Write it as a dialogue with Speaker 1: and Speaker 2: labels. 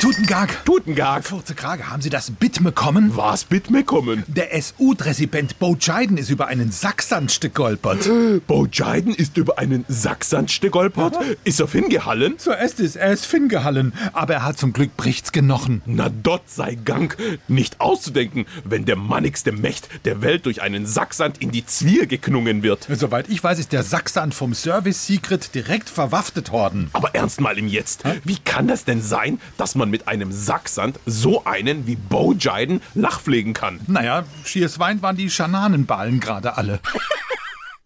Speaker 1: Tutengag,
Speaker 2: Tutengag.
Speaker 1: kurze Frage, haben Sie das mitbekommen?
Speaker 2: Was mitbekommen?
Speaker 1: Der SU-Präsident Bo Jiden ist über einen Sachsand gestolpert.
Speaker 2: Bo Jiden ist über einen Sacksand gestolpert? Ist er hingehallen?
Speaker 1: Zuerst ist er es Fingehallen, aber er hat zum Glück Brichts genochen.
Speaker 2: Na dort sei Gang. Nicht auszudenken, wenn der mannigste Mächt der Welt durch einen Sacksand in die Zwier geknungen wird.
Speaker 1: Soweit ich weiß, ist der Sachsand vom Service Secret direkt verwaftet worden.
Speaker 2: Aber ernst mal im Jetzt. Wie kann das denn sein, dass man mit einem Sacksand so einen wie Bo Jiden lachpflegen kann?
Speaker 1: Naja, schiers Wein waren die Schananenballen gerade alle.